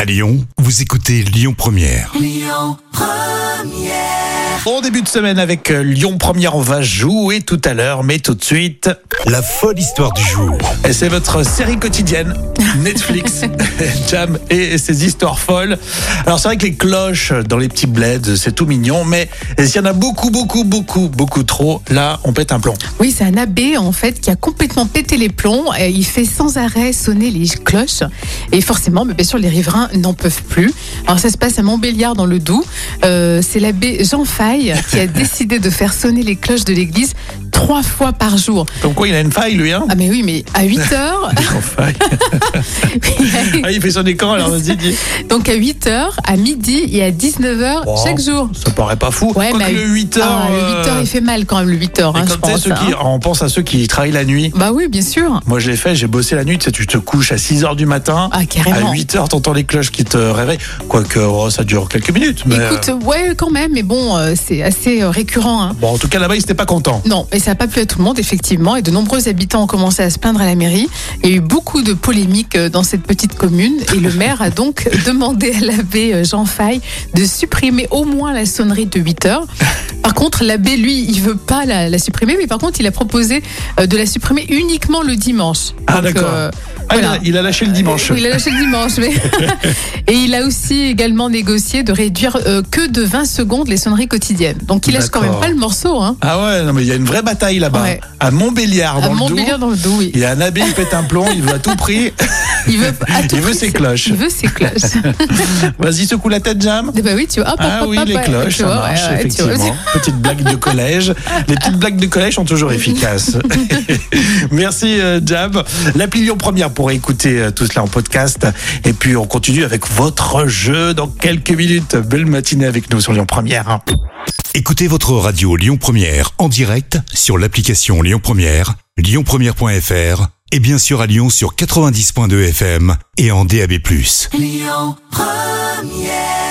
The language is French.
À Lyon, vous écoutez Lyon Première. Bon début de semaine avec euh, Lyon Première, on va jouer tout à l'heure, mais tout de suite, La folle histoire du jour. et c'est votre série quotidienne Netflix, Jam et ses histoires folles. Alors c'est vrai que les cloches dans les petits bleds, c'est tout mignon, mais s'il y en a beaucoup, beaucoup, beaucoup, beaucoup trop, là, on pète un plomb. Oui, c'est un abbé en fait qui a complètement pété les plombs. Et il fait sans arrêt sonner les cloches et forcément, mais bien sûr, les riverains n'en peuvent plus. Alors ça se passe à Montbéliard dans le Doubs. Euh, c'est l'abbé Jean Faille qui a décidé de faire sonner les cloches de l'église trois fois par jour. Comme quoi, il a une faille, lui, hein Ah mais oui, mais à 8 heures. Enfin, ah, il fait son écran, alors vas-y, dis. Donc à 8 heures, à midi et à 19 heures Wow. chaque jour. Ça paraît pas fou. Ouais, Quoique mais à le 8 heures. euh, Ah, le 8 heures, il fait mal quand même le 8 heures. et hein, je quand t'es pense, ceux qui- hein. on pense à ceux qui travaillent la nuit. Bah oui, bien sûr. Moi, je l'ai fait, j'ai bossé la nuit, tu sais, tu te couches à 6 heures du matin. Ah carrément. À 8 heures, t'entends les cloches qui te réveillent. Quoique, oh, ça dure quelques minutes. Mais Écoute, euh, ouais, quand même, mais bon, euh, c'est assez euh, récurrent. Hein. bon, en tout cas, là-bas, ils n'étaient pas contents. Non, et ça n'a pas plu à tout le monde, effectivement, et de nombreux habitants ont commencé à se plaindre à la mairie. Il y a eu beaucoup de polémiques euh, dans cette petite commune, et le maire a donc demandé à l'abbé euh, Jean Faille de supprimer au moins la sonnerie de 8 heures. Par contre, l'abbé, lui, il veut pas la, la supprimer, mais par contre, il a proposé euh, de la supprimer uniquement le dimanche. Ah, Donc, d'accord. euh, Ah, il a- voilà. il, a, lâché le dimanche. Oui, il a lâché le dimanche. Mais... et il a aussi également négocié de réduire euh, que de 20 secondes les sonneries quotidiennes. Donc il lâche quand même D'accord. pas le morceau. Hein. Ah ouais, non, mais il y a une vraie bataille là-bas. Ouais. À Montbéliard, À dans le Montbéliard Doubs. dans le dos, oui. Il y a un abbé, il pète un plomb, il veut à tout prix. Il veut, à Il tout veut prix, ses c'est- cloches. Il veut ses cloches. Vas-y, secoue la tête, Jam. Eh ben oui, tu vois. hop, hop, Ah hop, oui, hop, les ouais, cloches, tu ça vois, marche, ouais, ouais, tu vois. effectivement. Petite blague de collège. Les petites blagues de collège sont toujours efficaces. Merci, euh, Jab. L'appli Lyon Première pour écouter euh, tout cela en podcast. Et puis, on continue avec votre jeu dans quelques minutes. Belle matinée avec nous sur Lyon Première. hein. Écoutez votre radio Lyon Première en direct sur l'application Lyon Première, lyonpremière.fr et bien sûr à Lyon sur 90.2 FM et en DAB+. Lyon Première